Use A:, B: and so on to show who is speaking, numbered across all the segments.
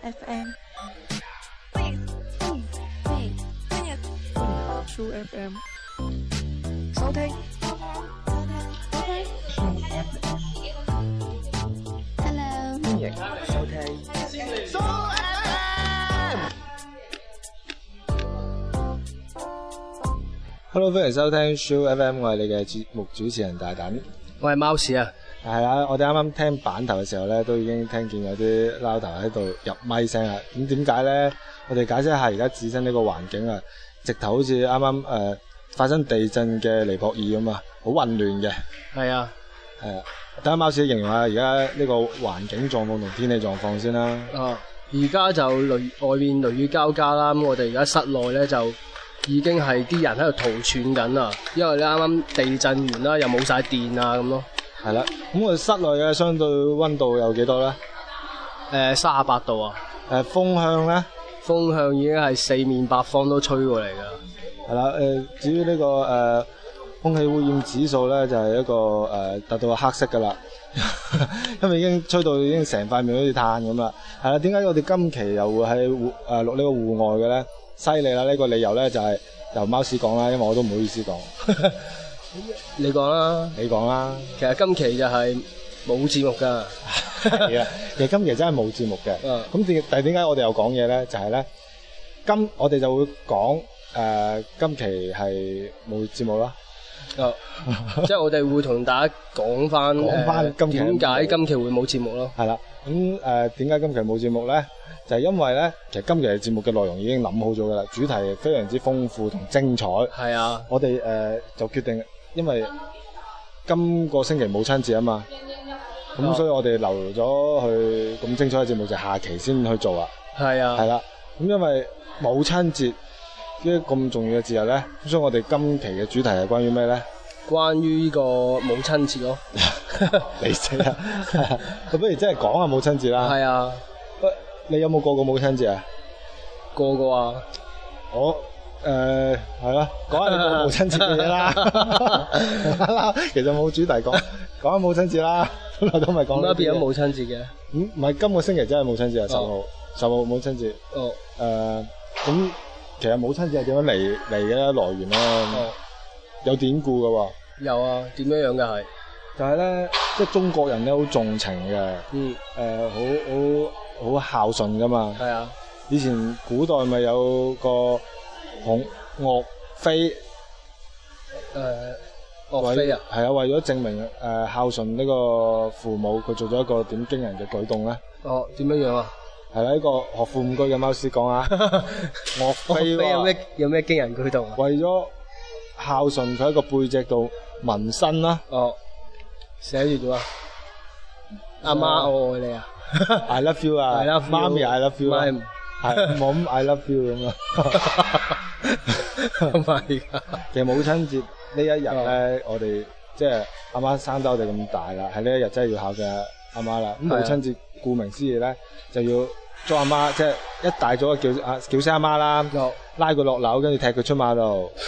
A: FM，
B: True FM 收聽，歡迎收聽。
C: Hello，歡迎收聽 Show FM，我係你嘅節目主持人大等。
D: 我係貓屎啊！
C: 係啦，我哋啱啱聽版頭嘅時候咧，都已經聽見有啲撈頭喺度入咪聲啦。咁點解咧？我哋解釋下而家自身呢個環境啊，直頭好似啱啱誒發生地震嘅尼泊爾咁啊，好混亂嘅。
D: 係啊，
C: 係啊，等下貓屎形容下而家呢個環境狀況同天氣狀況先啦。
D: 哦，而家就雷外面雷雨交加啦，咁我哋而家室內咧就已經係啲人喺度逃竄緊啦，因為咧啱啱地震完啦，又冇晒電啊咁咯。
C: 係啦，咁我哋室內嘅相對温度有幾多咧？
D: 誒三十八度啊，
C: 誒風向咧？
D: 風向已經係四面八方都吹過嚟㗎。
C: 係啦，誒、至於呢、個誒、呃空氣污染指數咧，就係、一個誒、呃、達到黑色噶啦， 因為已經吹到已經成塊面好似炭咁啦。係啦，點解我哋今期又會喺戶誒錄呢個戶外嘅咧？犀利啦！呢、個理由咧就係、由貓屎講啦，因為我都唔好意思講，
D: 你講啦，
C: 你講啦。
D: 其實今期就係冇節目㗎。
C: 係啊，其實今期真係冇節目嘅。
D: 嗯
C: 咁點但係點解我哋又講嘢咧？就係、咧，今我哋就會講誒、呃今期係冇節目啦。
D: 哦，即係我哋會同大家講翻
C: 講返今期
D: 點解今期會冇節目咯。
C: 係啦，咁誒點解今期冇節目咧？就係、因為咧，其實今期嘅節目嘅內容已經諗好咗㗎啦，主題非常之豐富同精彩。
D: 係啊，
C: 我哋誒、呃就決定，因為今個星期母親節啊嘛，咁、
D: 哦
C: 所以我哋留咗去咁精彩嘅節目就下期先去做啊。
D: 係
C: 係
D: 啊，
C: 啦，咁因為母親節呢個咁重要嘅節日咧，咁所以我哋今期嘅主題係關於咩咧？
D: 關於呢個母親節咯。
C: 你死啦！咁 不如真係講下母親節啦。
D: 係啊，
C: 喂，你有冇過過母親節啊？
D: 個個啊，
C: 我誒係啦，講下你個母親節嘅嘢啦。 其實冇主題講，講下母親節啦。本來都唔係講
D: 點
C: 呢啲
D: 解變咗
C: 嘅？
D: 母親節嘅？
C: 嗯唔係今個星期真係母親節啊，十號
D: 哦
C: 十號母親啊節。
D: 哦
C: 誒咁其實母親節係點樣嚟嚟嘅咧？來源咧
D: 哦，
C: 有典故嘅喎。
D: 有啊，點樣樣嘅係？
C: 就係咧，即係中國人咧好重情嘅，
D: 嗯，
C: 誒好好好孝順噶嘛。
D: 係啊，
C: 以前古代咪有個孔岳飛。
D: 誒，岳飛啊，
C: 為，係啊，為咗證明誒、呃孝順呢個父母，佢做咗一個點驚人嘅舉動咧。
D: 哦，點樣 樣啊？
C: 係啦，呢、個學富五車嘅貓屎講啊，岳飛
D: 岳飛有
C: 喎
D: 咩有咩驚人舉動啊？
C: 為咗孝順佢喺個背脊度紋身啦，
D: 哦，寫住點啊？阿媽，我愛你啊！
C: I love you 啊，
D: I love you
C: 媽咪 I love you 啊，
D: 唔
C: 係冇咁 I love you 咁啊。
D: 係，唔係㗎
C: 其實母親節呢一日咧，
D: 哦
C: 我哋即係阿媽生得我哋咁大啦，喺呢一日真係要孝嘅阿媽啦。咁母
D: 係啊
C: 親節顧名思義咧，就要捉阿媽，即係一大早就叫啊叫醒阿媽啦，
D: 哦
C: 拉佢落樓，跟住踢佢出馬路。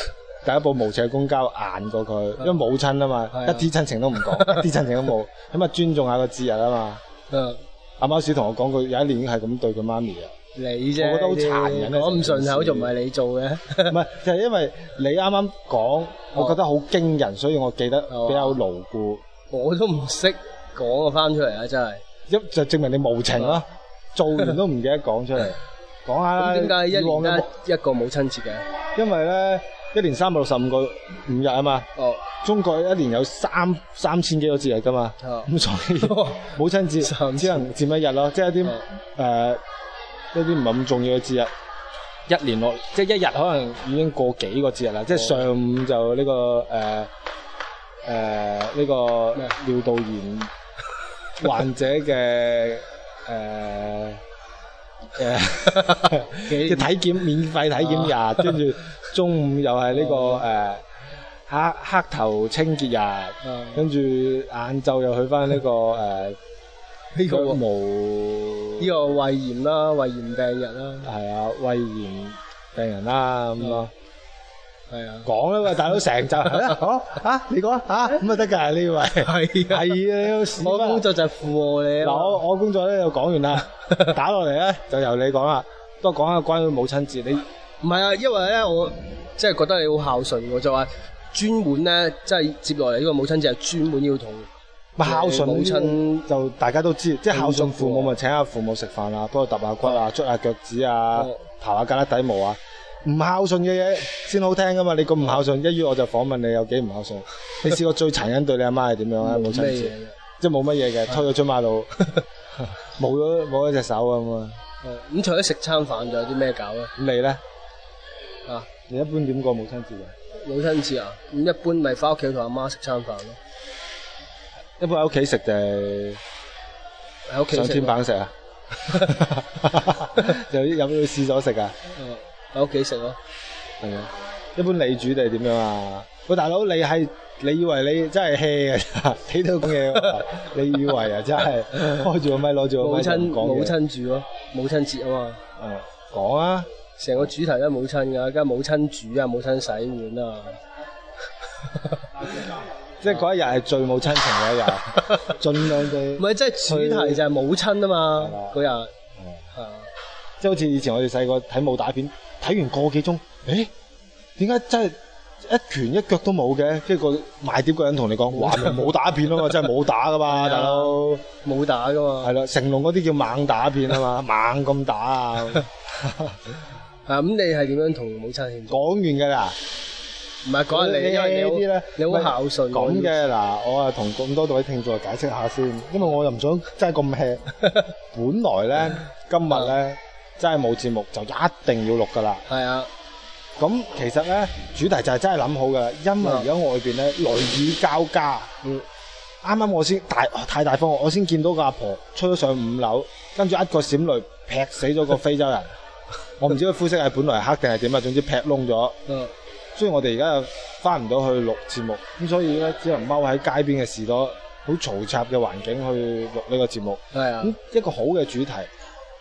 C: 第一步無耻嘅公交硬過佢，因為母親啊嘛，
D: 係啊
C: 一啲親情都唔 講，一啲親情都冇，咁啊尊重下個節日啊嘛。
D: 嗯。
C: 阿貓屎同我講，佢有一年已經係咁對佢媽 咪啦。啊
D: 你啫，
C: 我覺得好殘忍啊
D: 我
C: 成
D: 唔
C: 件
D: 順
C: 事
D: 口仲唔係你做嘅？
C: 唔係，就係因為你啱啱講，我覺得好驚人，所以我記得
D: 哦
C: 比較牢固。
D: 我都唔識講啊，翻出嚟啊，真係。
C: 一就證明你無情咯，做完都唔記得講出嚟。講下啦，
D: 咁點解一
C: 以往嘅
D: 年一一個母親節嘅？
C: 冇因為咧一年三百六十五個五日啊嘛，
D: 哦，
C: 中國一年有三三千幾個節日噶嘛，
D: 哦
C: 咁 所以母親節
D: 三千
C: 只能佔一日咯，即係一啲
D: 哦
C: 誒一啲唔係咁重要嘅節日。一年落即係一日可能已經過幾個節日啦，即係
D: 哦
C: 上午就呢、個誒誒呢個
D: 咩
C: 尿道 炎患者嘅呃誒誒嘅
D: 幾
C: 體檢免費體
D: 哦
C: 檢日，跟住中午又係呢、個誒、黑黑頭清潔日，
D: 嗯
C: 跟住晏晝又去翻呢、呃個誒
D: 呢個
C: 腳毛
D: 呢個胃炎啦，胃炎病日啦，
C: 係啊胃炎病人啦咁咯。
D: 係係啊，
C: 講 啦，喂，大佬成集係啦，好啊，你講啊，咁啊得㗎呢位， 係啊，你都屎忽
D: 我工作就係附和你
C: 嗱，
D: 啊嘛。
C: 我我工作咧就講完 啦，打落嚟咧就由你講啦，不過講下關於母親節，你
D: 唔係啊，因為咧我即係覺得你好孝順喎，就話專門咧即係接落嚟呢個母親節係專門要同
C: 咪孝順
D: 母親
C: 呃就大家都知，即係孝順父母
D: 嗯
C: 咪請下父母食飯啊，幫佢揼下骨啊，捽下腳趾啊
D: 哦，
C: 刨下胳肋底毛啊。唔孝順嘅嘢先好聽噶嘛，你咁唔孝順，一於我就訪問你有幾唔 孝順。你試過最殘忍對你阿媽係點樣啊？母親
D: 嗯咩
C: 節
D: 嘢啊嘅。
C: 即係冇乜嘢嘅，推咗出馬 路，冇咗冇咗隻手咁啊！
D: 誒哦咁除咗食餐飯，仲有啲咩搞咧？
C: 咁你咧，
D: 啊，
C: 你一般點過母親節啊？
D: 母親節啊，咁一般咪翻屋企同阿媽食餐飯咯，
C: 一般喺屋企食就
D: 喺屋
C: 係
D: 企
C: 上
D: 食
C: 天
D: 咯，
C: 板食 啊， 就有冇去廁所食啊？
D: 嗯喺屋企食咯。
C: 係啊，一般你煮定係點樣啊？喂，大佬，你係你以為你真係 hea 嘅 咋？你都講嘢喎，你以為啊？真係開住個咪攞住個
D: 母
C: 咪
D: 親
C: 就唔講嘢
D: 母，親節咯，母親節啊嘛，
C: 嗯講啊！
D: 成個主題都係母親㗎，梗係母親煮啊，母親洗碗啊，
C: 即係嗰一日係最冇親情嘅一日，啊 盡量地
D: 唔。係即係主題就係母親啊嘛，嗰日
C: 嗯
D: 係啊，
C: 即係好似以前我哋細個睇武打片，睇完個幾鐘，誒點解真係一拳一腳都冇嘅？跟住個賣碟嗰人同你講，話明武打片啊嘛，真係武打噶嘛，
D: 係啊
C: 大佬
D: 冇打㗎嘛
C: 係。啦，成龍嗰啲叫猛打片啊 嘛，猛咁打啊！
D: 啊，咁你係點樣同母親慶祝？
C: 講完㗎啦，
D: 唔係講下你，因為你好
C: 呢啲咧，
D: 你好孝順
C: 講嘅嗱，我啊同咁多位聽眾解釋下先，因為我又唔想真係咁 hea。本 來咧，今
D: 嗯
C: 日咧真係冇節目，就一定要錄㗎啦。
D: 係啊，
C: 咁其實咧主題就係真係諗好噶啦，因為而家外邊咧雷雨交加，
D: 嗯，
C: 啱啱我先大太大風，我先見到個阿婆吹咗上五樓，跟住一個閃雷劈死咗個非洲人。我唔知佢膚色係本來係黑定係點啊，總之劈窿咗。
D: 嗯，
C: 所以我哋而家又翻唔到去錄節目，咁所以咧只能踎喺街邊嘅士多，好嘈雜嘅環境去錄呢個節目。
D: 係啊，
C: 咁嗯一個好嘅主題，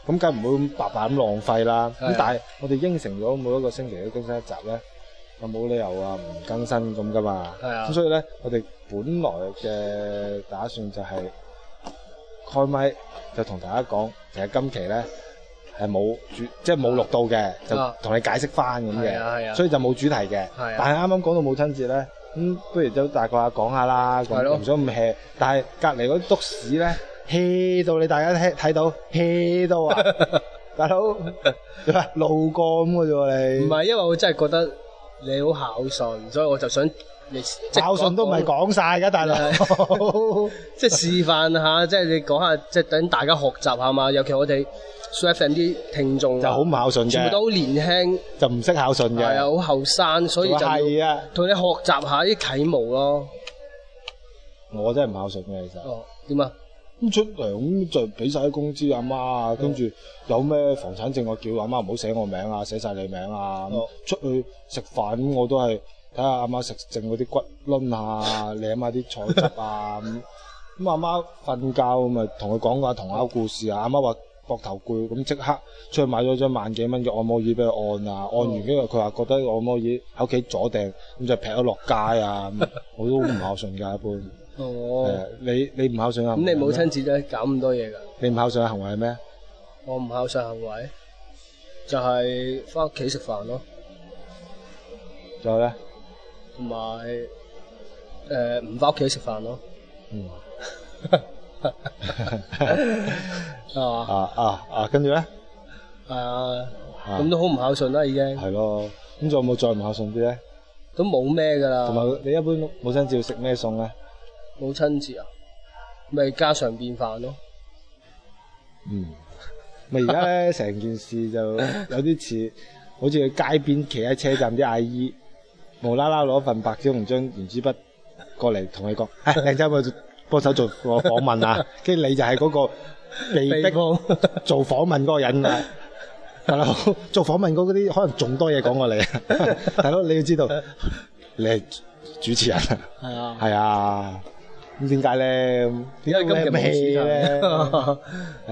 C: 咁梗係唔會咁白白咁浪費啦。
D: 係啊
C: 咁但係我哋應承咗每一個星期都更新一集咧，就冇理由話唔更新咁噶嘛。
D: 係啊
C: 咁所以咧，我哋本來嘅打算就係開咪就同大家講，其實今期咧係冇主，即係冇錄到嘅，就
D: 啊
C: 同你解釋翻咁
D: 係啊係
C: 嘅，
D: 啊
C: 所以就冇主題嘅。
D: 係
C: 但
D: 啊，
C: 係啱啱講到母親節咧，咁不如就大概下講下啦，
D: 係
C: 咁
D: 咯
C: 唔想咁 hea。但係隔離嗰啲督屎咧 hea 到你大家睇睇到 hea 到 啊！大佬，你話路過咁嘅啫喎你，
D: 唔係因為我真係覺得你好孝順，所以我就想你即
C: 教信都唔係，講晒㗎，大佬。
D: 即係示範下，即係你講下，即係等大家學習下嘛。尤其我哋 s w f m 啲聽眾 啊
C: 就好唔孝順
D: 全部
C: 嘅，
D: 都好年輕，
C: 就唔識孝順
D: 係啊，
C: 嘅，
D: 好後生，所以就要
C: 係啊，
D: 同你學習下啲啟蒙咯。
C: 我真係唔孝順嘅其實。
D: 哦，點啊？
C: 咁出糧咁就俾晒啲工資阿媽
D: 嗯
C: 啊，跟住有咩房產證我叫阿媽唔好寫我名啊，寫晒你名啊。咁
D: 哦
C: 出去食飯咁我都係睇下阿媽食剩嗰啲骨攆 啊，舐下啲菜汁啊咁。咁阿媽瞓覺咁咪同佢講下童話故事啊，阿媽話膊頭攰，咁即刻出去買咗張萬幾蚊嘅按摩椅俾佢按
D: 嗯
C: 啊，按完跟住佢話覺得個按摩椅喺屋企阻定，咁就劈咗落街啊。 咁我都唔孝順㗎一般。
D: 哦。
C: 誒你你唔孝順啊？
D: 咁你母親節咧搞咁多嘢㗎？
C: 你唔孝順嘅行為係咩？
D: 我唔孝順行為，就係翻屋企食飯咯，
C: 仲有咧？
D: 同埋誒唔翻屋企食飯咯，
C: 嗯
D: 係嘛？
C: 啊啊啊，跟住咧，
D: 係啊，
C: 啊
D: 咁都好唔孝順啦已經，
C: 係咯。咁仲有冇再唔孝順啲咧？
D: 咁冇咩㗎
C: 同
D: 啦。
C: 埋你一般母親節要食咩餸咧？
D: 母親節啊，咪家常便飯咯。
C: 嗯，咪而家咧 成件事就有啲似，好似去街邊企喺車站啲阿姨，無啦啦攞份白紙同張圓珠筆過嚟同你講，唉，靚仔，我幫手做個訪問啊！跟住你就係嗰個被
D: 被
C: 逼
D: 迫
C: 做訪問嗰個人啊！大佬做訪問嗰啲可能仲多嘢講過 你，大佬你要知道你係主持人啊！
D: 係啊，
C: 係啊，咁咁點解咧？咁點解
D: 因為今期
C: 會咁
D: 冇
C: hea 咧？
D: 主 題。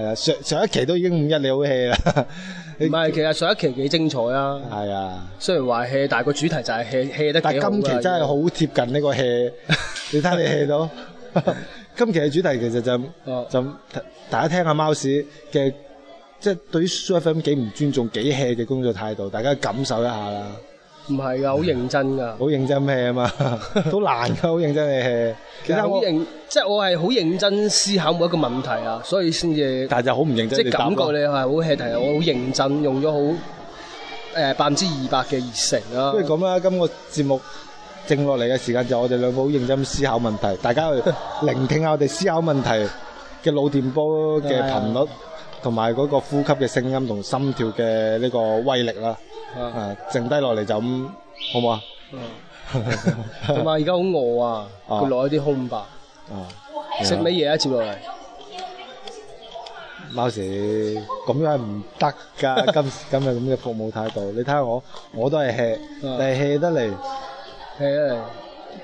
C: 係啊，上上一期都已經五一，你好 hea 啦。
D: 唔係，其實上一期幾精彩啊！
C: 係啊，
D: 雖然話 hea，但係個主題就係 hea hea 得
C: 但
D: 幾好
C: 係
D: 啊
C: 今期真係好貼近呢個 hea，你睇你 hea 到。今期嘅主題其實就
D: 哦
C: 就大家聽下貓屎嘅，即係對於 s u f m 幾唔尊重、幾 hea 嘅工作態度，大家感受一下啦。
D: 唔係㗎，好認真㗎。
C: 好認真 hea 啊嘛，都難㗎，好認真嘅 hea。其
D: 其實
C: 實
D: 好
C: 我，
D: 認，即係我係好認真思考每一個問題啊，所以先至
C: 但係就好唔認真地
D: 即係
C: 答
D: 感覺
C: 咯。嗯
D: 你係好 hea，但係我好認真，用咗好誒百分之二百嘅熱誠啊啦。
C: 不如咁啦，今個節目靜落嚟嘅時間就我哋兩個好認真思考問題，大家去聆聽下我哋思考問題嘅腦電波嘅頻率，同埋嗰個呼吸嘅聲音同心跳嘅呢個威力啦。
D: 啊，
C: 啊，剩低落嚟就咁，好 唔好啊？
D: 同埋而家好餓啊，
C: 啊
D: 佢攞一啲空白，
C: 啊，
D: 食乜嘢啊？接落嚟
C: 貓屎咁樣係唔得㗎，今時今日咁嘅服務態度，你睇下我，我都係 hea，但係 hea 得嚟。
D: hea 啊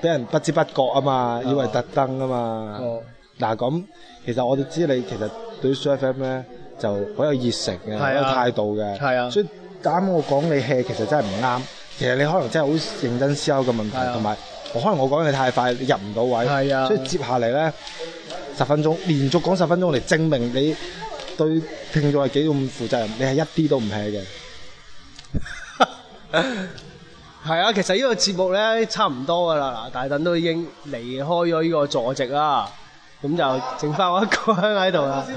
C: 俾人不知不覺啊嘛，以為特登啊嘛。
D: 哦，
C: 嗱咁，其實我哋知你其實對於 s u f m 咧就好有熱誠嘅，好
D: 係
C: 有
D: 啊
C: 態度嘅。
D: 係啊
C: 所以啱啱我講你 hea 其實真係唔啱，其實你可能真係好認真思考個問
D: 係
C: 題，
D: 啊
C: 同埋我可能我講你太快，你入唔到位。
D: 係啊
C: 所以接下嚟咧十分鐘連續講十分鐘嚟證明你對聽眾係幾咁負責任，你係一啲都唔 hea 嘅。
D: 係啊，其實呢個節目咧差唔多㗎啦，嗱，大等都已經離開咗呢個坐席啦，咁就剩翻我一個喺度啦。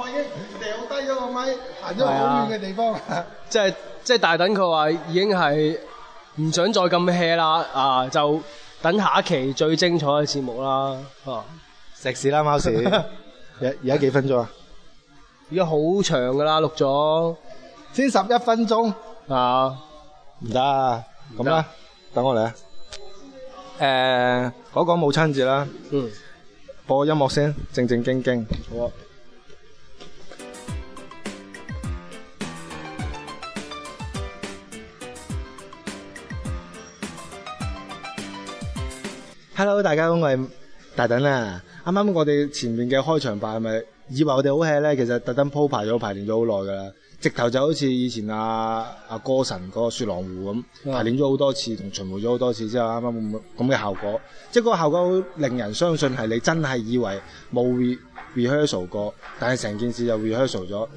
A: 我已經掉低咗個咪，行咗
D: 係啊
A: 好遠嘅地方。
D: 即係即係大等佢話已經係唔想再咁 hea 啦，啊就等下一期最精彩嘅節目啦。啊，
C: 食屎 啦，貓屎！而而家幾分鐘啊？
D: 而家好長噶啦，錄咗
C: 先十一分鐘。
D: 啊，
C: 唔得啊，咁啦，等我嚟啊。誒、講講母親節啦，
D: 嗯，
C: 播音樂先，正正經經。
D: 好啊。
C: Hello，大家好，我係大等啊。啱啱我哋前面嘅開場白係咪以為我哋好 hea 咧？其實特登鋪排咗排練咗好耐㗎啦，直頭就好似以前阿阿歌神嗰個雪狼湖咁，
D: 啊
C: 排練咗好多次，同巡迴咗好多次之後，啱啱咁咁嘅效果，即係嗰個效果好令人相信係你真係以為冇 re- rehearsal 過，但係成件事就 rehearsal 咗。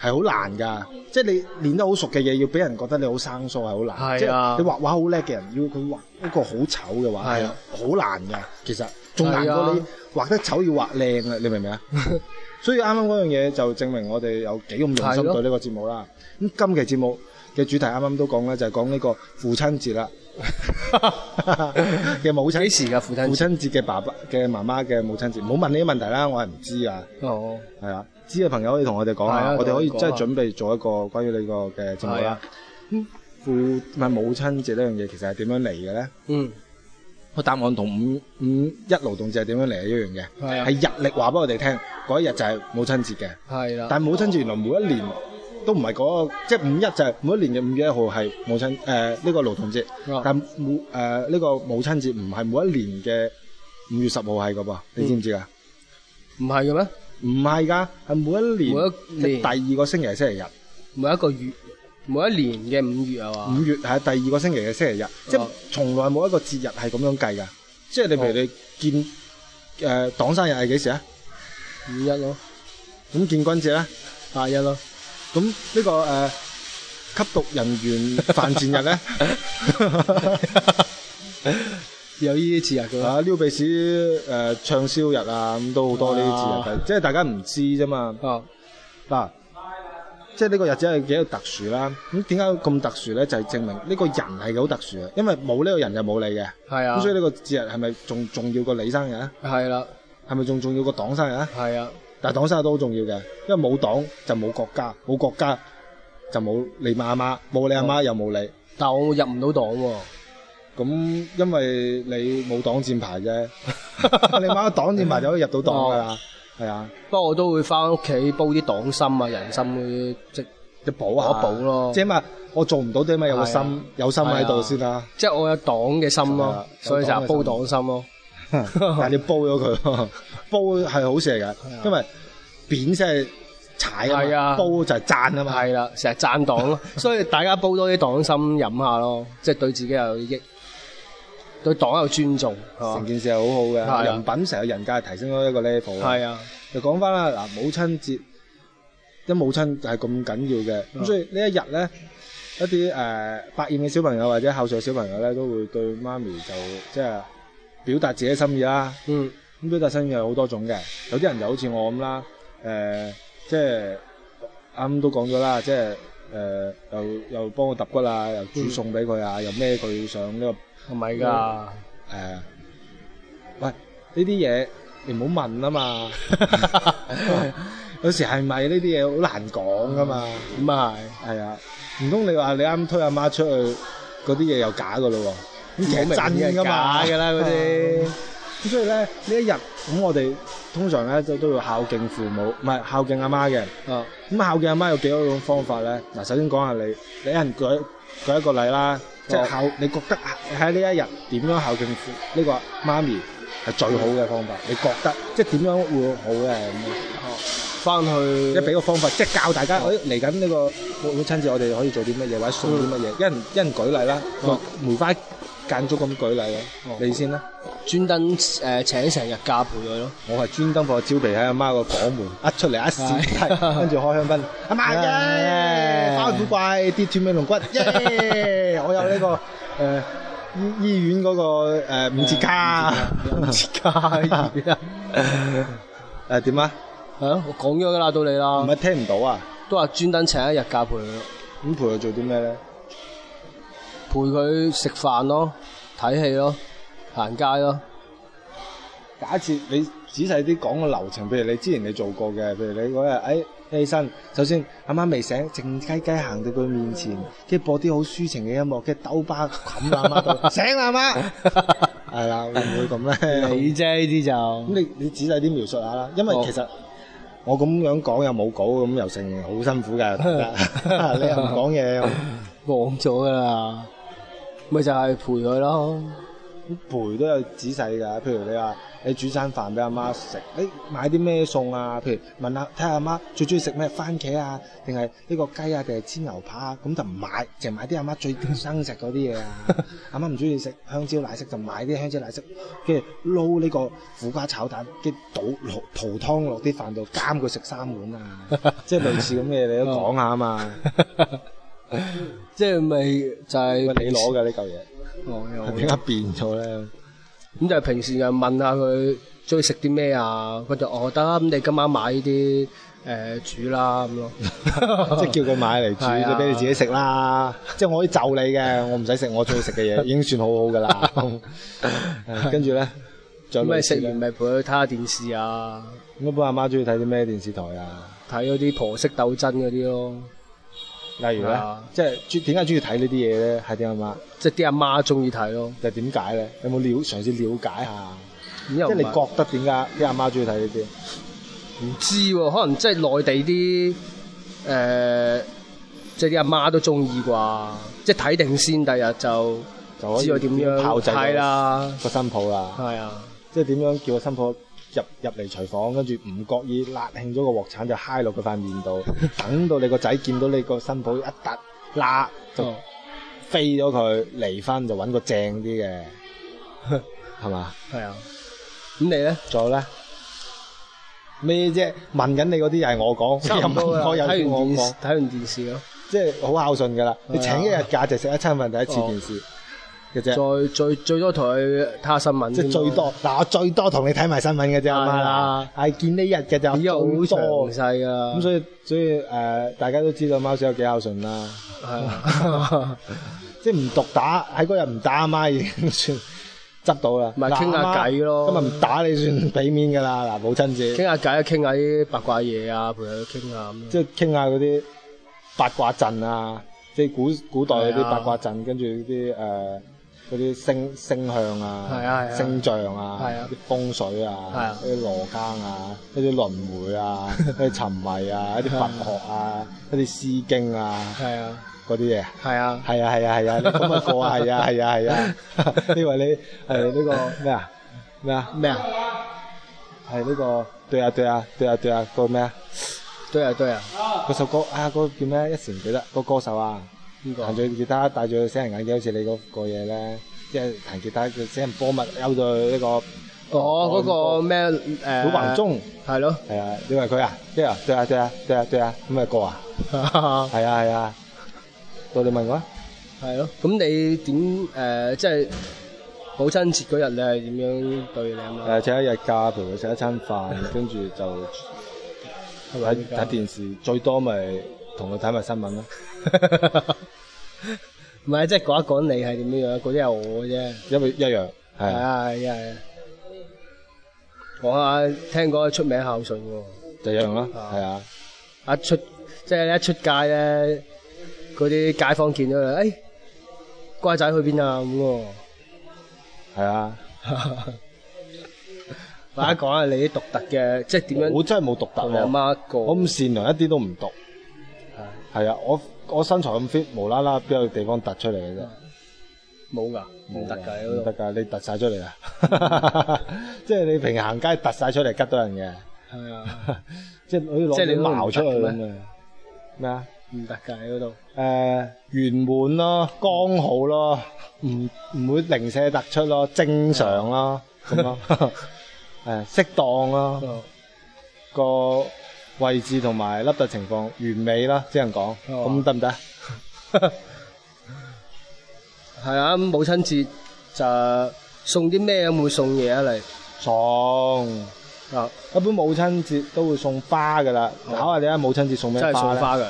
C: 係好難㗎，即係你練得好熟嘅嘢，要俾人覺得你好生疏係好難。
D: 係啊
C: 即係你畫畫好叻嘅人，要佢畫一個好醜嘅畫，
D: 係
C: 係
D: 啊
C: 好難㗎。其實仲難
D: 係
C: 過
D: 啊
C: 你畫得醜要畫靚啊！你明唔明啊？所以啱啱嗰樣嘢就證明我哋有幾咁用
D: 係
C: 心
D: 咯
C: 對呢個節目啦。咁今期節目嘅主題啱啱都講咧，就係講呢個父親節啦 嘅母親
D: 幾時㗎父親節
C: 父親節嘅爸爸嘅媽媽嘅母親節，唔好問呢啲問題啦，我係唔知㗎。
D: 哦，
C: 係啊，知嘅朋友可以同我哋講
D: 係
C: 下，
D: 啊
C: 我哋可以
D: 同我哋講
C: 真係
D: 下
C: 準備做一個關於呢個嘅節目
D: 係
C: 啦
D: 啊。
C: 咁父唔係母親節呢樣嘢，其實係點樣嚟嘅咧？
D: 嗯，
C: 個答案同五五一勞動節係點樣嚟係一樣
D: 係
C: 嘅，
D: 啊
C: 係日曆話俾我哋聽，嗰一日就係母親節嘅。
D: 係啦，
C: 但係母親節原來每一年都唔係嗰個，即係五一就係每一年嘅五月一號係母親誒呢個勞動節，
D: 啊
C: 但母誒呢個母親節唔係每一年嘅五月十號係嘅噃，你知唔
D: 嗯
C: 知啊？
D: 唔係嘅咩？
C: 唔係㗎，係每一年
D: 每一年
C: 嘅第二個星期係星期日，
D: 每一個月，每一年嘅五月係嘛？
C: 五月係第二個星期嘅星期日，即係
D: 哦
C: 從來冇一個節日係咁樣計㗎。即係你譬如你見誒黨生日係幾時啊？
D: 五一咯，
C: 咁建軍節咧，
D: 八一咯，
C: 咁呢個誒吸毒人員犯賤日咧，
D: 有呢啲節日嘅咩？
C: 啊撩鼻屎誒暢銷日啊，咁都好多呢啲節日，即係大家唔知啫嘛。
D: 啊，
C: 嗱，即係呢個日子係幾有特殊啦。咁點解咁特殊咧？就係、證明呢個人係好特殊嘅，因為冇呢個人就冇你嘅。
D: 係啊
C: 咁，所以呢個節日係咪仲重要過你生日啊？
D: 係啦，
C: 係咪仲重要過黨生日啊？
D: 係啊，
C: 但係黨生日都好重要嘅，因為冇黨就冇國家，冇國家就冇你阿媽，冇你阿
D: 哦
C: 媽又冇你。
D: 但我入唔到黨喎，
C: 咁因為你冇黨戰牌 啫，你買個黨戰牌就可以入到黨㗎
D: 哦
C: 啦。係啊，
D: 不過我都會翻屋企煲啲黨參啊、人參嗰啲即。
C: 你補下
D: 我補咯
C: 即係嘛，我做唔到啲咩有個
D: 係啊
C: 心有心喺
D: 係
C: 度
D: 啊
C: 先啦。
D: 即係我有黨嘅心
C: 係啊
D: 咯，所以就係煲黨心咯。啊
C: 但係你煲咗佢， 煲係好事嚟㗎，因為扁先係踩
D: 係
C: 啊嘛，
D: 啊
C: 煲就係讚啊嘛。
D: 係啦，成日讚黨 咯，所以大家煲多啲黨參飲下咯，即係對自己有益，對黨有尊重，係
C: 成
D: 嘛
C: 件事係好好
D: 啊
C: 嘅，
D: 係啊
C: 人品成個人格提升咗一個 level 啊。
D: 係啊，
C: 又講翻啦，嗱，母親節，因母親係咁緊要嘅，咁
D: 嗯
C: 所以呢一日咧，一啲誒、呃百厭嘅小朋友或者孝順嘅小朋友咧，都會對媽咪就即係表達自己心意啦。
D: 嗯，
C: 咁表達心意有好多種嘅，有啲人就好似我咁啦，誒、即係啱都講咗啦，即係誒、呃又又幫我揼骨啊，又煮餸俾佢啊，又孭佢上呢、個。
D: 係咪㗎？
C: 誒、呃喂，呢啲嘢你唔好問啊 嘛，有時係咪呢啲嘢好難講噶嘛？
D: 咁啊係。
C: 係啊，唔通你話你啱推阿媽出去嗰啲嘢又假噶咯喎？咁其實真噶嘛，
D: 好明顯係假㗎啦嗰啲。
C: 咁所以咧，呢一日咁我哋通常咧都都要孝敬父母，唔係孝敬阿媽嘅。
D: 啊，
C: 咁孝敬阿媽有幾多種方法咧？嗱，首先講下你，你一人舉舉一個例啦，即係孝，你覺得喺呢一日點樣孝敬父呢個媽咪係最好嘅方法？你覺得即係點樣會好咧？咁
D: 翻去
C: 即係俾個方法，即係教大家，誒嚟緊呢個母親節，我哋可以做啲乜嘢，或者送啲乜嘢？一人一人舉例啦，
D: 哦
C: 梅花間竹咁舉例啦
D: 哦，
C: 你先啦。
D: 專登誒請成日假陪佢咯。
C: 我係專登放個招皮喺阿媽個 房門，一出嚟一試，係跟住開香檳，阿媽耶，哎花古怪跌斷尾 龍骨耶，我有呢個誒醫醫院嗰個誒五折卡，
D: 五折卡五折
C: 誒
D: 卡
C: 點 啊？
D: 係咯，我講咗噶啦，到你
C: 唔
D: 啦，
C: 係聽唔到啊？
D: 都話專登請一日假陪佢咯，
C: 咁陪佢做啲咩咧？
D: 陪佢食飯咯，睇戲咯，行街 咯，
C: 假設你仔細啲講個流程，譬如你之前你做過嘅，譬如你嗰日誒起身，首先阿媽未醒，靜雞雞行到佢面前，跟住播啲好抒情嘅音樂，跟住兜巴冚阿媽度，醒啦阿 媽，係啦，會唔會 咁咧？
D: 啫呢啲就
C: 咁你你仔細啲描述下啦，因為
D: 好
C: 其實我咁樣講又冇稿，咁又成好辛苦㗎， 你又唔講嘢，
D: 忘咗噶啦，咪就係陪佢咯，
C: 陪都有仔細㗎。譬如你話你煮餐飯俾阿媽食，你買啲咩餸啊？譬如問下睇下阿媽最中意食咩番茄啊，定係呢個雞啊，定係煎牛扒啊？咁就唔買，淨係買啲阿媽最生食嗰啲嘢 啊。阿媽唔中意食香蕉奶昔，就買啲香蕉奶昔，跟住撈呢個苦瓜炒蛋，跟住倒落桃湯落啲飯度，監佢食三碗 啊！即係類似咁嘅嘢，你都講下啊 嘛。
D: 即係咪就
C: 喂，
D: 係哦
C: 啊你 攞嘅呢 嚿嘢
D: 我有
C: 係點啊解變咗咧？
D: 咁就係平時就問下佢中意食啲咩啊，佢就我得咁你今晚買呢啲誒煮啦 咁咯，
C: 即係叫佢買嚟
D: 啊係
C: 煮，
D: 啊
C: 就俾你自己食啦。即係我可以就你嘅，我唔使食我中意食嘅 嘢，已經算好好噶啦。誒跟住咧，仲
D: 咁
C: 有
D: 你
C: 類似
D: 食
C: 呢
D: 完咪陪佢睇下電視啊，
C: 咁一般阿媽中意睇啲咩電視台啊？
D: 睇嗰啲婆媳鬥爭嗰啲咯，
C: 例如
D: 係
C: 咧
D: 啊，
C: 即係專點解中意睇呢啲嘢咧？係啲啊阿媽，
D: 即係啲阿媽中意睇咯。
C: 就點解咧？有冇了嘗試了解下？
D: 咁
C: 即
D: 又
C: 係
D: 唔
C: 你
D: 係
C: 覺得點解啲阿媽中意睇呢啲？
D: 唔知喎，可能即係內地啲誒、呃即係啲阿媽都中意啩，即係睇定先，第日就
C: 就可以
D: 知道點樣
C: 炮製
D: 係啦
C: 個新抱啦，
D: 係啊，
C: 即係點樣叫個新抱？入入嚟廚房，跟住唔覺意辣興咗個鑊鏟就揩落佢塊面 度，等到你個仔見到你個新抱一突辣就
D: 哦
C: 飛咗佢離婚就揾個正啲嘅， 係嘛？
D: 係啊。咁你咧？
C: 仲有咧咩啫？問緊你嗰啲又係我講，又問我又
D: 睇
C: 係我
D: 完電
C: 講
D: 視，，睇完電視咯。
C: 即係好孝順噶啦。你
D: 哎係啊
C: 請
D: 哦
C: 一日假就食一餐飯，第一次電視嘅啫，
D: 再最最多同佢睇下新聞，啊
C: 即係最。多嗱，我最多同你睇埋新聞嘅啫，阿媽
D: 係
C: 啦
D: 啊，
C: 係見呢日嘅就
D: 已經好啊
C: 最多
D: 詳。細噶，
C: 咁所以所以誒，大家都知道貓仔有幾孝順啦。
D: 係啊，
C: 即係唔毒打，喺嗰日唔打阿媽已經算執到啦。
D: 咪
C: 嗱
D: 傾下
C: 阿媽
D: 偈咯
C: 今日唔打你算俾面㗎啦，嗱母親節
D: 傾，下偈啊，傾下啲八卦嘢啊，陪佢傾下咁樣。
C: 即係傾下嗰啲八卦陣啊，即係古古代嗰
D: 係
C: 啲
D: 啊
C: 八卦陣，跟住啲誒嗰啲星星向
D: 係啊
C: 啊、
D: 係啊
C: 星象啊
D: 係啊、
C: 啲風水
D: 係
C: 啊
D: 啊、
C: 啲羅庚啊、一啲輪迴 啊、一啲沉迷啊、一啲佛學啊、一啲詩經啊
D: 係啊，
C: 嗰啲嘢。
D: 係啊，
C: 係 à, 啊係啊係啊，你咁啊過啊係啊係啊係啊，以為你係呢個咩啊？咩啊？
D: 咩啊？
C: 係呢、個對啊對啊對啊對啊個咩啊？
D: 對啊對啊，
C: 嗰首歌啊，嗰、個叫咩？一時唔記得，個歌手啊，
D: 呢個
C: 彈住吉他，戴住死人眼鏡，好似你嗰個嘢咧，即係彈吉他，佢死人波物勾到呢個
D: 哦嗰個咩
C: 古
D: 誒？
C: 橫中，
D: 係咯，
C: 係啊，你話佢啊？即係啊對啊對啊對啊對啊，咁咪過啊？係啊係啊，到你問我啊？
D: 係咯。咁你點誒？即係母親節嗰日，你係點樣對你阿媽？
C: 誒請一日假陪佢食一餐飯，跟住就睇睇電視，最多咪同佢睇埋新聞咯。
D: 唔係，即係講一講你係點樣樣，嗰啲係我嘅啫。
C: 因為一樣
D: 係
C: 係啊，
D: 啊，係啊，係啊。講下，聽講出名孝順喎。
C: 就一樣啦，
D: 啊
C: 係啊，
D: 一出即係一出街咧，嗰啲街坊見到你，誒、乖仔去邊啊咁喎。
C: 係啊。
D: 大家講下你啲獨特嘅，即係點
C: 我
D: 樣
C: 真係冇獨特
D: 同你阿
C: 喎，
D: 媽過？
C: 我咁善良一啲都唔獨。係啊，我我身材咁 fit，無啦啦邊有地方突出嚟嘅啫？
D: 冇㗎，嗯唔得㗎，
C: 唔
D: 嗰
C: 得
D: 度
C: 㗎，你突晒出嚟啊！ 即係你平行街突晒出嚟，吉到人嘅，
D: 係啊，
C: 即係好似
D: 即
C: 攞
D: 係你都
C: 啲
D: 唔
C: 矛出去
D: 得嘅
C: 咁啊！咩啊？
D: 唔得㗎嗰度。
C: 誒圓滿咯，剛好咯，唔唔會零舍突出咯，正常 咯，咁咯，誒適當咯，
D: 哦
C: 個位置同埋凹凸情況完美啦，只能講
D: 哦
C: 咁得唔得？
D: 係啊，咁母親節就送啲咩咁會送嘢啊你？
C: 送
D: 啊，
C: 一般母親節都會送花噶啦，
D: 哦
C: 考下你啊，母親節送咩
D: 真係
C: 花
D: 送
C: 咧？
D: 花㗎，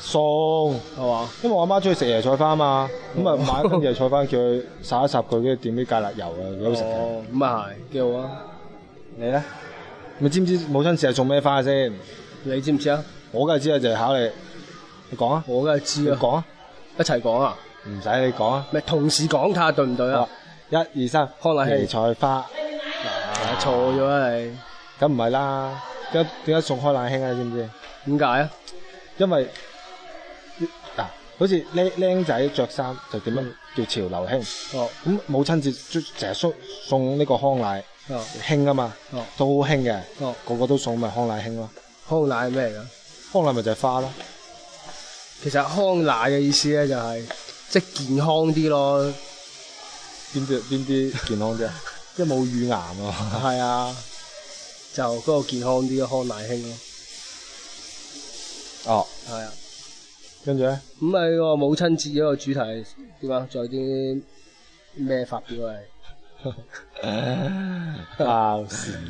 C: 送，
D: 係嘛？
C: 因為我阿媽中意食椰菜花啊嘛，咁啊買一斤椰菜花叫佢烚一烚佢，跟住點啲芥辣油啊，幾好食嘅。
D: 哦，咁啊係，幾好啊！
C: 你咧？你知唔知母親節係送咩花先？
D: 你知唔知啊？
C: 我梗係知啦，就係考你，你講啊，
D: 我梗係知
C: 你
D: 啊，
C: 講啊，
D: 一齊講啊！
C: 唔使你講啊。
D: 咪同時講睇下對唔對啊
C: 好？一二三，
D: 康乃馨
C: 椰菜花，
D: 嗱錯咗啊你，
C: 咁唔係啦，點解點解送開冷馨啊？你知唔知？
D: 點解啊？
C: 因為嗱、好似僆僆仔着衫就點
D: 嗯
C: 樣叫潮流興，
D: 哦
C: 咁母親節就成日送送呢個康乃
D: 哦
C: 馨啊嘛，
D: 哦
C: 都好興嘅，
D: 哦，
C: 個個都送咪康乃馨咯，
D: 康乃係咩嚟㗎？
C: 康乃咪就係花咯，
D: 其實康乃嘅意思咧就係、即係健康啲咯，
C: 邊啲邊啲健 康啲啊？即係冇乳癌啊，
D: 係啊，就嗰個健康啲嘅康乃馨咯，
C: 哦，
D: 係啊。
C: 跟住咧，
D: 咁咪個母親節嗰個主題點啊？仲有啲咩發表啊係？
C: 爆事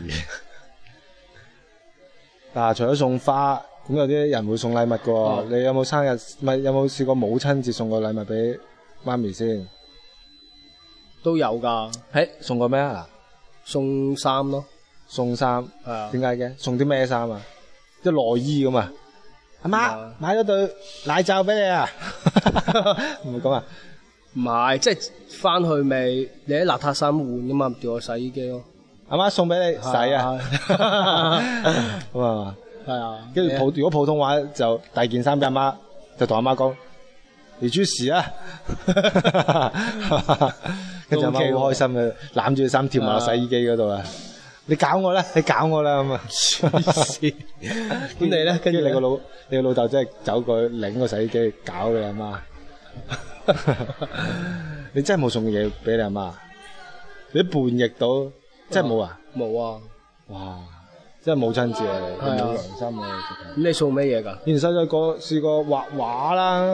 C: 嗱，除咗送花，咁有啲人會送禮物嘅喎，
D: 嗯
C: 你有冇生日？咪有冇試過母親節送個禮物俾媽咪先？
D: 都有㗎，
C: 誒，送過咩啊？
D: 送衫咯，
C: 送衫，
D: 係啊，
C: 點解嘅？送啲咩衫啊？即係內衣咁啊！阿媽
D: 啊
C: 買咗對奶罩俾你啊！ 唔會咁啊？
D: 唔係即係翻去咪你啲垃圾衫換㗎嘛，掉個洗衣機咯，
C: 阿媽送俾你洗啊！ 咁啊，
D: 係啊，
C: 跟住普如果普通話就第二件衫俾阿媽，就同阿媽講你出事啊！跟住阿媽好開心嘅，攬住衫跳埋落洗衣機嗰度啊！你搞我啦！你搞我啦咁啊！
D: 咁你咧，跟
C: 跟
D: 住
C: 住你
D: 你
C: 個
D: 個
C: 老你個老豆真係走過去擰個洗衣機搞你阿媽， 你真係冇送嘢俾你阿媽，你叛逆到真係冇啊！
D: 冇啊？
C: 哇，真係母親節啊你，
D: 係啊
C: 冇良心啊！
D: 咁你送咩嘢㗎？
C: 你以前細細個試過畫畫啦，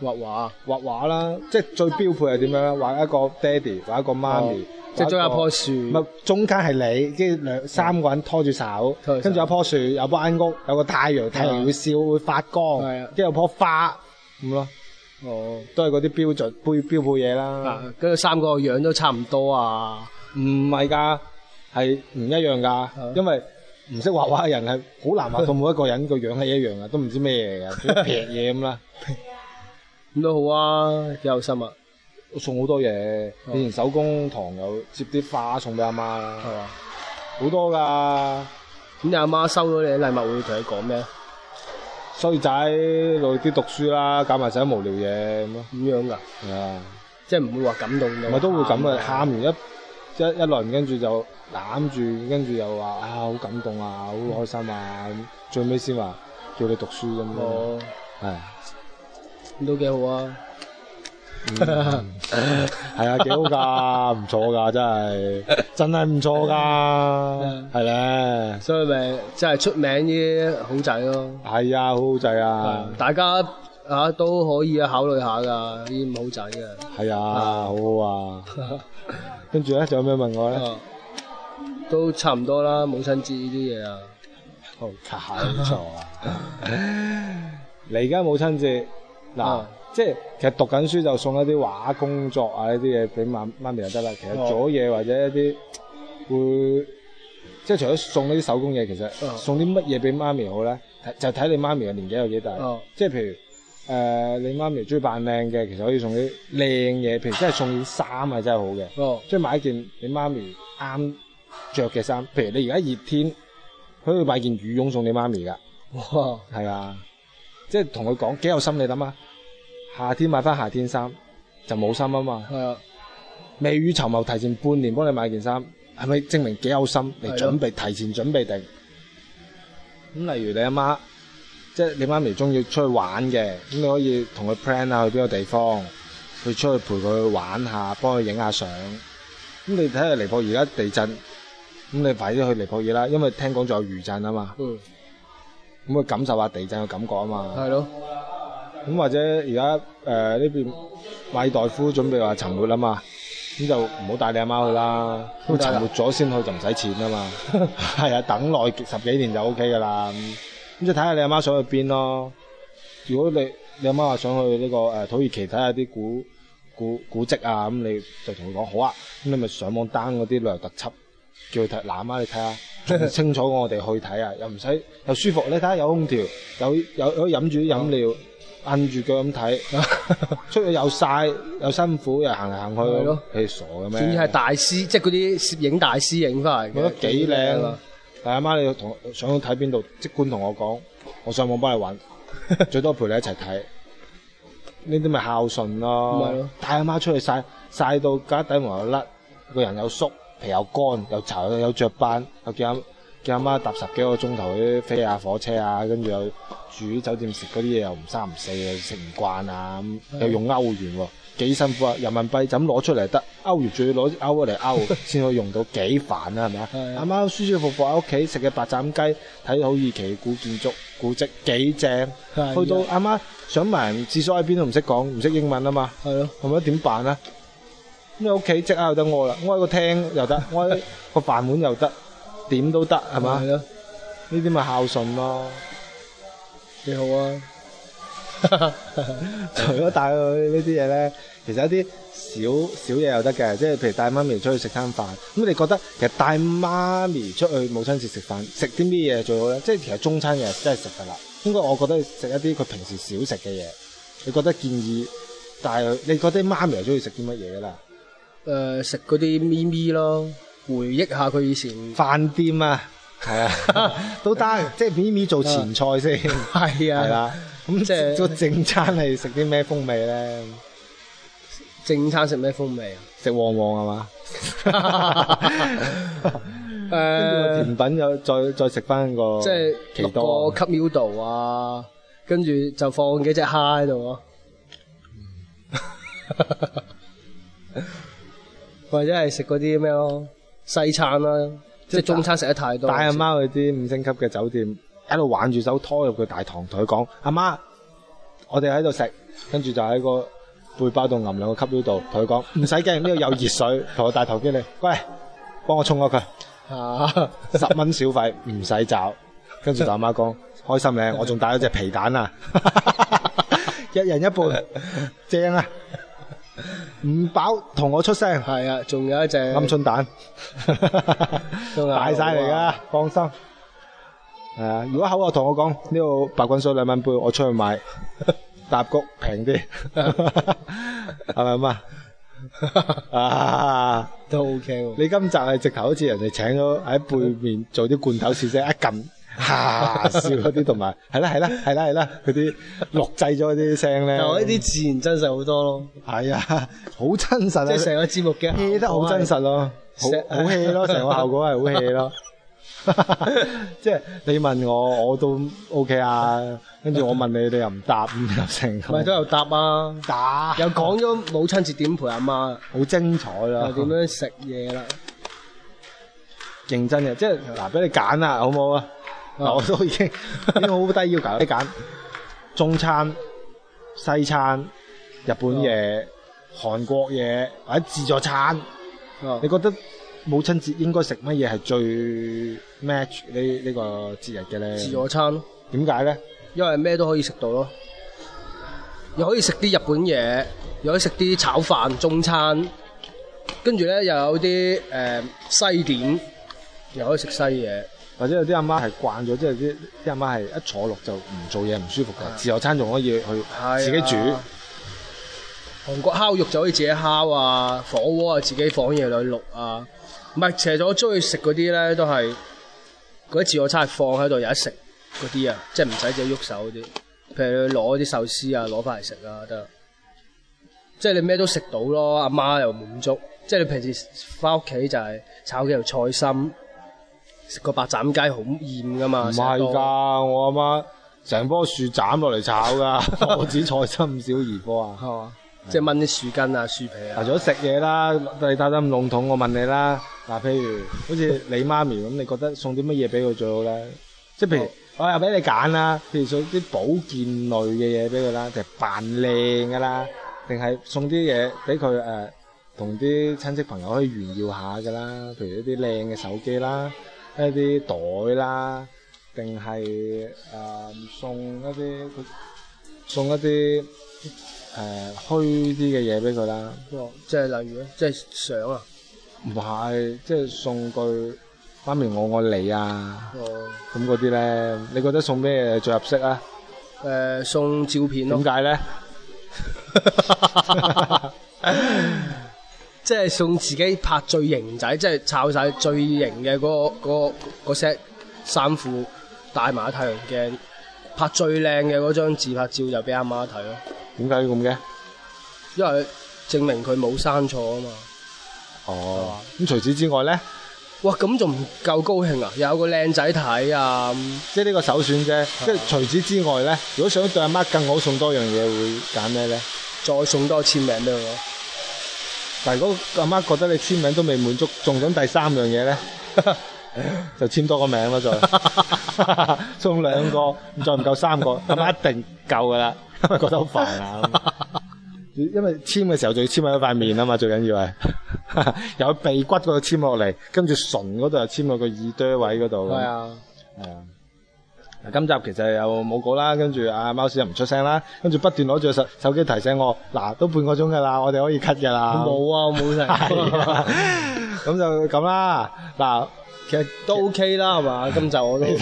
D: 畫畫
C: 畫畫啦，即係最標配係點樣咧？畫一個爹哋，畫一個媽咪，
D: 哦即係中間有棵
C: 樹。
D: 樹，
C: 唔係中間係你，跟住兩三個人拖住手
D: 拖住手，啊
C: 跟住有棵樹，有間屋，有個太陽，太陽會笑會發光
D: 係啊，
C: 跟住有棵花咁咯，
D: 哦，
C: 都係嗰啲標準標標配嘢啦。
D: 啊，跟住三個樣都差唔多啊，
C: 唔係㗎，係唔一樣㗎，因為唔識畫畫嘅人係好難畫到每一個人個樣係一樣㗎，都唔知咩 嘢㗎，撇嘢咁啦。
D: 咁都好啊，幾有心啊，
C: 送好多嘢，以前手工堂有接啲花送俾阿媽
D: 係
C: 啦，
D: 嘛？
C: 好多噶
D: 咁你阿媽收到你嘅禮物會同你講咩？
C: 衰仔努力啲讀書啦，搞埋晒啲無聊嘢咁咯，
D: 咁樣㗎，
C: 係啊，
D: 哦即係唔會話感動到，啊
C: 咪都會咁嘅，啊
D: 喊
C: 喊完一一一輪，跟住就攬住，跟住又話啊好感動啊，好開心啊，咁最尾先話叫你讀書咁咯，
D: 哦，
C: 係啊
D: 咁都幾好啊！
C: 係啊，幾好㗎，唔錯㗎，真係真係唔錯㗎，係咧，
D: 所以咪即係出名啲好仔咯。
C: 係啊，好好仔啊，
D: 大家啊都可以考慮下㗎，呢啲唔好仔嘅。
C: 係啊， 好好啊，跟住咧仲有咩問我咧？
D: 啊都差唔多啦，母親節呢啲嘢啊，
C: 好搞錯啊！你而家母親節嗱，
D: 啊
C: 即係其實讀緊書就送一啲畫工作啊呢啲嘢俾媽媽咪就得啦。其實
D: 哦
C: 做咗嘢或者一啲會，即係除咗送呢啲手工嘢，其實
D: 啊
C: 送啲乜嘢俾媽咪好咧？睇就睇你媽咪嘅年紀有幾大。
D: 哦
C: 即係譬如誒、呃你媽咪中意扮靚嘅，其實可以送啲靚嘢，譬如真係送件衫係真係好嘅。
D: 哦，
C: 即係買一件你媽咪啱着嘅衫，譬如你而家熱天，可以買件羽絨送你媽咪噶，
D: 哇，
C: 係啊，即係同佢講幾有心你諗下，夏天買翻夏天衫就冇衫啊嘛，
D: 係啊，
C: 未雨綢繆提前半年幫你買件衫，係咪證明幾有心嚟
D: 係咯
C: 準備提前準備定？咁例如你阿媽，即係你媽咪中意出去玩嘅，咁你可以同佢 plan 下去邊個地方，佢出去陪佢玩下，幫佢影下相。咁你睇下尼泊爾而家地震，咁你快啲去尼泊爾啦，因為聽講仲有餘震啊嘛，
D: 嗯，
C: 咁佢感受下地震嘅感覺啊嘛。
D: 係 咯，
C: 咁或者而家誒呃呢邊米代夫準備話沉沒啦嘛，咁就唔好帶你阿媽去啦。咁
D: 點解啊
C: 沉沒咗先去就唔使錢啊嘛。係啊，等耐十幾年就 O K 噶啦。咁咁就睇下你阿媽想去邊咯。如果你你阿媽話想去呢、個誒、呃土耳其睇下啲古古古蹟啊，咁你就同佢講好啊。咁你咪上網 down 嗰啲旅遊特輯，叫佢睇嗱阿媽你睇下。仲清楚過我哋去睇啊，又唔使又舒服，你睇下有空調，有有有飲住啲飲料，摁住腳咁睇，出去又曬又辛苦，又行嚟行去，
D: 係咯
C: 你傻嘅咩？
D: 仲要係大師，即係嗰啲攝影大師影翻嚟嘅，
C: 我覺得幾靚
D: 啊
C: 啊！！但係阿媽你要同想睇邊度，即管同我講，我上網幫你 揾，最多陪你一齊睇。呢啲咪孝順
D: 咪係
C: 咯
D: 咯，
C: 帶阿媽出去晒晒到家底毛又甩，個人又縮，皮又乾，又巢又雀斑，又叫阿叫阿媽搭十幾個鐘頭嗰啲飛啊火車啊，跟住又住酒店食嗰啲嘢又唔三唔四啊，食唔慣啊，咁又用歐元喎、幾辛苦啊！人民幣就咁攞出嚟得，歐元仲要攞歐嚟歐先可以用到，幾煩啊，係咪啊
D: 係？
C: 阿媽舒舒服服喺屋企食嘅白斬雞，睇土耳其古建築古蹟幾正，
D: 係
C: 去到阿媽想埋廁所喺邊都唔識講，唔識英文啊嘛，
D: 係咯，
C: 係咪點辦啊？咁你屋企即刻有得屙啦，屙喺個廳又得，屙喺個飯碗又得，點都得係嘛？
D: 係
C: 呢
D: 咯，
C: 啲咪孝順咯。
D: 幾好啊！
C: 除咗帶佢呢啲嘢咧，其實一啲小小嘢又得嘅，即係譬如帶媽咪出去食餐飯。咁你覺得其實帶媽咪出去母親節食飯，食啲咩嘢最好咧？即係其實中餐日日真係食噶啦。應該我覺得食一啲佢平時少食嘅嘢。你覺得建議帶佢？你覺得媽咪係中意食啲乜嘢㗎啦？
D: 誒食嗰啲咪咪咯，回憶下佢以前
C: 飯店啊，係啊， 都得。即係咪咪做前菜先，
D: 係
C: 係
D: 啊
C: 啊啦。咁即
D: 即
C: 係
D: 係
C: 個正餐係食啲咩風味咧？
D: 正餐食咩風味啊？
C: 食旺旺係啊嘛？
D: 誒
C: 呃跟住個甜品又再再食翻個
D: 即係
C: 奇
D: 落
C: 哦多
D: 個，cup noodle 啊，跟住就放幾隻蝦喺度 咯，或者係食嗰啲咩咯西餐啦、即係中餐食得太多，
C: 帶 阿媽去啲五星級嘅酒店，喺度挽住手拖入佢大堂，同佢講：阿媽，我哋喺度食，跟住就喺個背包度揞兩個 cup noodle，同佢講唔使驚，呢度有熱水，同個大堂經理，喂，幫我沖咗佢，
D: 啊
C: 十蚊小費唔使找，跟住就阿媽講：開心咧，我仲帶咗隻皮蛋啊，一人一半，正啊，唔飽同我出聲。
D: 係啊，仲有一隻
C: 鵪鶉蛋，
D: 仲有
C: 大晒嚟噶，放心。係啊，如果口渴同我講呢度白滾水兩蚊杯，我出去買搭谷平啲， 係咪咁啊？啊！
D: 都 OK 喎。
C: 你今集係直頭好似人哋請咗喺背面做啲罐頭試聲，一撳哈笑嗰啲，同埋係啦係啦係啦係啦嗰啲錄製咗嗰啲聲咧，
D: 但我呢啲自然真實好多咯，
C: 係啊，好真實啊，
D: 即係成個節目嘅
C: hea 得好真實咯，好
D: 成
C: 好 hea 咯，成個效果係好 hea 咯。 即係你問我，我都 OK 啊。跟住我問你，你又唔答，咁又成咁。
D: 咪都有答啊，
C: 打，
D: 又講咗母親節點陪阿媽，
C: 好精彩啦
D: 又，點樣食嘢啦，
C: 認真嘅。即係嗱，俾你揀啦，好唔好啊？嗱，我都已 經已經好低要求，你揀中餐、西餐、日本
D: 啊
C: 嘢、韓國嘢或者自助餐。
D: 哦
C: 你覺得母親節應該食乜嘢係最 match 呢呢個節日嘅咧？
D: 自助餐咯，
C: 點解咧？
D: 因為咩都可以食到咯，又可以食啲日本嘢，又可以食啲炒飯中餐，跟住咧又有啲誒、呃西點，又可以食西嘢，
C: 或者有啲阿媽係慣咗，即係啲啲阿媽係一坐落就唔做嘢唔舒服嘅，自助餐仲可以去
D: 係啊
C: 自己煮，
D: 韓國烤肉就可以自己烤啊，火鍋啊自己火嘢落去淥啊。唔係，其實我中意食嗰啲咧，都係嗰啲自助餐係放喺度有得食嗰啲啊，即係唔使自己喐手嗰啲。譬如你攞啲壽司啊，攞翻嚟食啊得。即係你咩都食到咯，阿媽又滿足。即係你平時翻屋企就係炒幾條菜心，食個白斬雞好厭噶嘛。
C: 唔
D: 成日
C: 係
D: 都
C: 㗎，我阿媽成棵樹斬落嚟炒 㗎，我指菜心小兒科啊！
D: 係嘛？即係炆啲樹根啊、樹皮
C: 嗱，
D: 啊。
C: 除咗食嘢啦，你打得咁籠統，我問你啦，嗱，譬如好似你媽咪咁，你覺得送啲乜嘢俾佢最好咧？即係譬如
D: 哦
C: 我又俾你揀啦，譬如送啲保健類嘅嘢俾佢啦，就係扮靚㗎啦，定係送啲嘢俾佢誒，同啲親戚朋友可以炫耀下㗎啦，譬如一啲靚嘅手機啦，一啲袋啦，定係誒送一啲佢送一啲誒虛啲嘅嘢俾佢啦。
D: 哦即係例如咧，即係相啊。
C: 唔係，即係送句媽咪我愛你啊，
D: 哦
C: 咁嗰啲咧，你覺得送咩最合適啊？
D: 誒、送照片咯
C: 點，解咧？
D: 即係送自己拍最型仔，即係抄晒最型嘅嗰、個嗰、個 set 衫褲，戴埋太陽鏡，拍最靚嘅嗰張自拍照就俾阿媽睇咯，
C: 點解要咁嘅？
D: 因為證明佢冇生錯啊嘛。
C: 哦，咁除此之外咧，
D: 哇，咁仲唔夠高興啊？又有個靚仔睇啊！咁
C: 即係呢個首選啫。即係除此之外咧，如果想對阿媽更好送多樣嘢，會揀咩咧？
D: 再送多簽名俾佢咯，
C: 但係如果阿媽覺得你簽名都未滿足，仲想第三樣嘢咧， 就簽多個名咯，再 送兩個，再唔夠三個，阿媽一定夠噶啦，因為覺得好煩啊。咁因為簽嘅時候仲要簽喺塊面啊嘛，最緊要係 由鼻骨嗰度簽落嚟，跟住唇嗰度又簽落個耳朵位嗰度。
D: 係啊，
C: 係啊。嗱今集其實又冇稿啦，跟住阿貓屎又唔出聲啦，跟住不斷攞住手手機提醒我，嗱都半個鐘噶啦，我哋可以 cut 噶
D: 冇
C: 啦。
D: 啊，我 冇
C: 係
D: 成。
C: 啊 咁就咁啦。嗱，其實
D: 都 OK 啦，係嘛？今集我都
C: 幾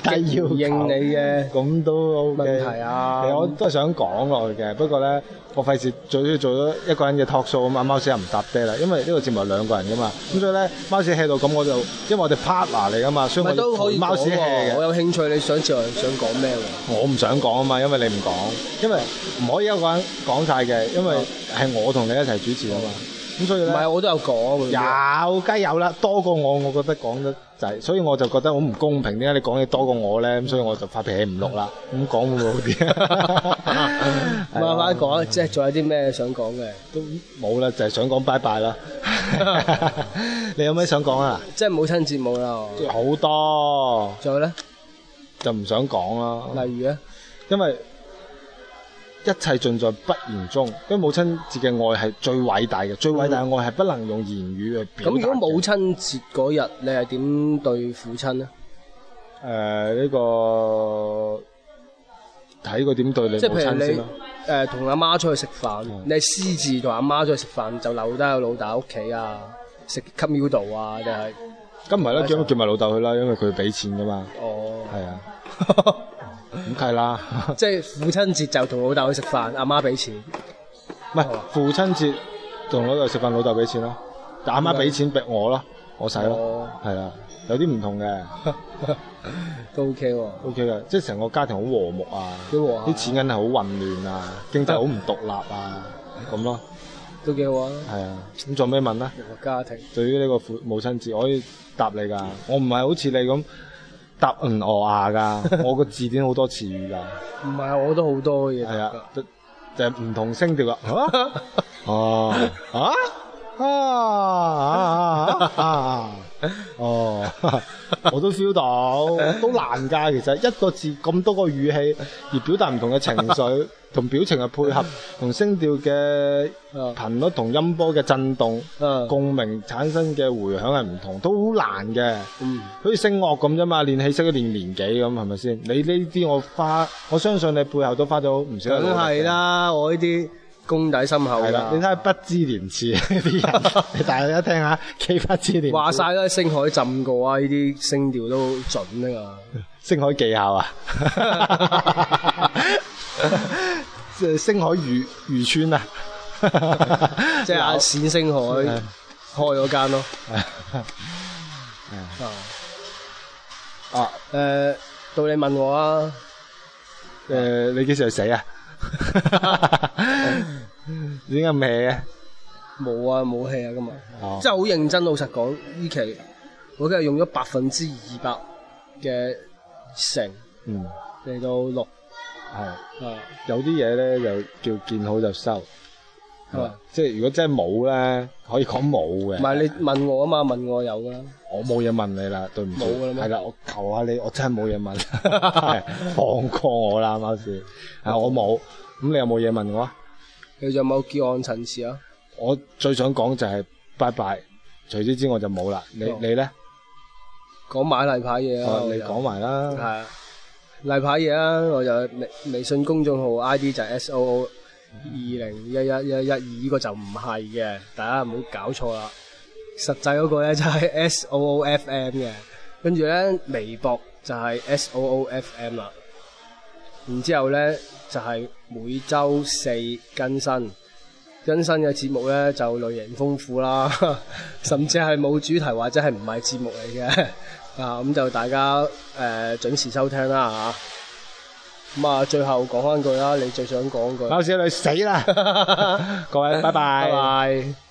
C: 低要
D: 刻
C: 求
D: 回應你嘅
C: 咁都 OK。
D: 問題啊
C: 其實我都係想講落去嘅，不過咧，我費事最要做咗一個人嘅 talk show 咁啊，貓屎又唔搭爹啦，因為呢個節目係兩個人噶嘛，咁所以咧，貓屎 hea 到咁，我就因為我哋 partner 嚟噶嘛，所以
D: 咪
C: 我
D: 都
C: 要
D: 可以
C: 陪貓
D: 講
C: 屎 hea
D: 喎，我
C: 嘅。
D: 有興趣你想知我想講咩喎？
C: 我唔想講啊嘛，因為你唔講，因為唔可以一個人講晒嘅，因為係我同你一齊主持啊嘛，咁所以
D: 唔
C: 咧。
D: 係我都有講嘅，
C: 有，梗係有啦，多過我，我覺得講得滯，所以我就覺得好唔公平。點解你講嘢多過我咧？咁所以我就發脾氣唔錄啦。咁講會唔會好啲？ 啊
D: 慢慢講，啊即係仲有啲咩想講嘅？
C: 都冇啦，就係想講拜拜 啦。你有咩想講啊？
D: 即係母親節冇啦，我
C: 好多
D: 仲有咧，
C: 就唔想講啦，
D: 例如咧，
C: 因為一切盡在不言中。因為母親節嘅愛係最偉大嘅，最偉大嘅愛係不能用言語去表達
D: 咁
C: 嘅。
D: 如果母親節嗰日你係點對父親咧？
C: 誒呃呢個睇佢點對你
D: 即係
C: 母
D: 譬如
C: 親嗯先
D: 你
C: 啦。
D: 誒同阿媽出去食飯，你係私自同阿媽出去食飯就留低喺老豆屋企啊，食吸 u 度啊，定係
C: 咁唔係啦，叫叫埋老豆去啦，因為佢俾錢噶嘛。
D: 哦，
C: 係啊，咁係啦。
D: 即係父親節就同老豆去食飯，阿媽俾錢。啊
C: 唔係父親節同老豆食飯，老豆俾錢咯，但阿媽俾錢俾我咯。我洗咯
D: 哦，
C: 係啦，有啲唔同 嘅
D: 都 OK 喎。
C: ，OK 嘅，即係成個家庭好和睦啊，
D: 幾和諧
C: 啲錢銀係好混亂啊，經濟好唔獨立啊，咁咯，
D: 都幾好玩啊！
C: 係啊，咁仲有咩問咧？
D: 有個家庭，
C: 對於呢個父母親節，我可以答你㗎，我唔係好似你咁答嗯我啊㗎，我個字典好多詞語㗎。
D: 唔係我都好多嘢
C: 係
D: 㗎。
C: 啊，就就係唔同聲調啊！ 哦，啊啊啊啊啊！哦， 我都 feel 到，都難㗎。其實一個字咁多個語氣，而表達唔同嘅情緒同表情嘅配合，同聲調嘅
D: 啊
C: 頻率同音波嘅震動、
D: 啊
C: 共鳴產生嘅迴響係唔同，都好難嘅。
D: 嗯，
C: 好似聲樂咁啫嘛，練氣息都練年紀咁，係咪先？你呢啲我花，我相信你背後都花咗唔少嘅
D: 梗
C: 努力嘅
D: 係。啦，啊我呢啲功底深厚
C: 係啦，你睇
D: 㗎。
C: 下不知廉恥 啲人，你大家聽下幾不知廉恥。
D: 話晒啦，星海浸過啊，呢啲聲調都 準啊嘛。
C: 星海技巧 啊， 即係星海漁漁村啊，
D: 即係啊阿冼星 海開嗰 間咯。啊
C: 啊
D: 誒，到你問我啊，
C: 誒，你幾時去死 啊？ 點解唔 hea 嘅？
D: 冇啊，冇戲啊，今日。
C: 哦
D: 真係好認真，老實講，呢期我今日用咗百分之二百嘅成
C: 嗯，
D: 嚟到錄
C: 係
D: 啊，
C: 有啲嘢咧就叫見好就收。
D: 係嘛？
C: 啊即係如果真係冇咧，可以講冇嘅。
D: 啊唔係你問我啊嘛，問我有㗎啦。
C: 我冇嘢問你啦，對唔住。
D: 冇㗎啦咩
C: 係啦，我求下你，我真係冇嘢問， 係放過我啦，啱啱先？啊，我冇。咁你有冇嘢問我啊？
D: 你仲有冇結案陳詞啊？
C: 我最想講就係拜拜，除此之外就冇啦。你
D: 哦
C: 你咧？
D: 講買例牌嘢啊
C: 哦，
D: 我
C: 你
D: 就
C: 講埋
D: 係
C: 啦。
D: 啊，例牌嘢啊，我就微微信公眾號 I D 就 S O O 二零一一一一二，呢個就唔係嘅，大家唔好搞錯啦。實際嗰個咧就係 S O O F M 嘅，跟住咧微博就係 S O O F M 啦。然之後咧就係、每周四更新。更新嘅節目咧就類型豐富啦， 甚至係冇主題或者係唔係節目嚟嘅 啊，咁就大家誒、呃、準時收聽啦嚇。咁啊，最後講翻句啦，你最想講句，
C: 貓小女死啦！各位，拜
D: 拜
C: 拜。
D: 拜。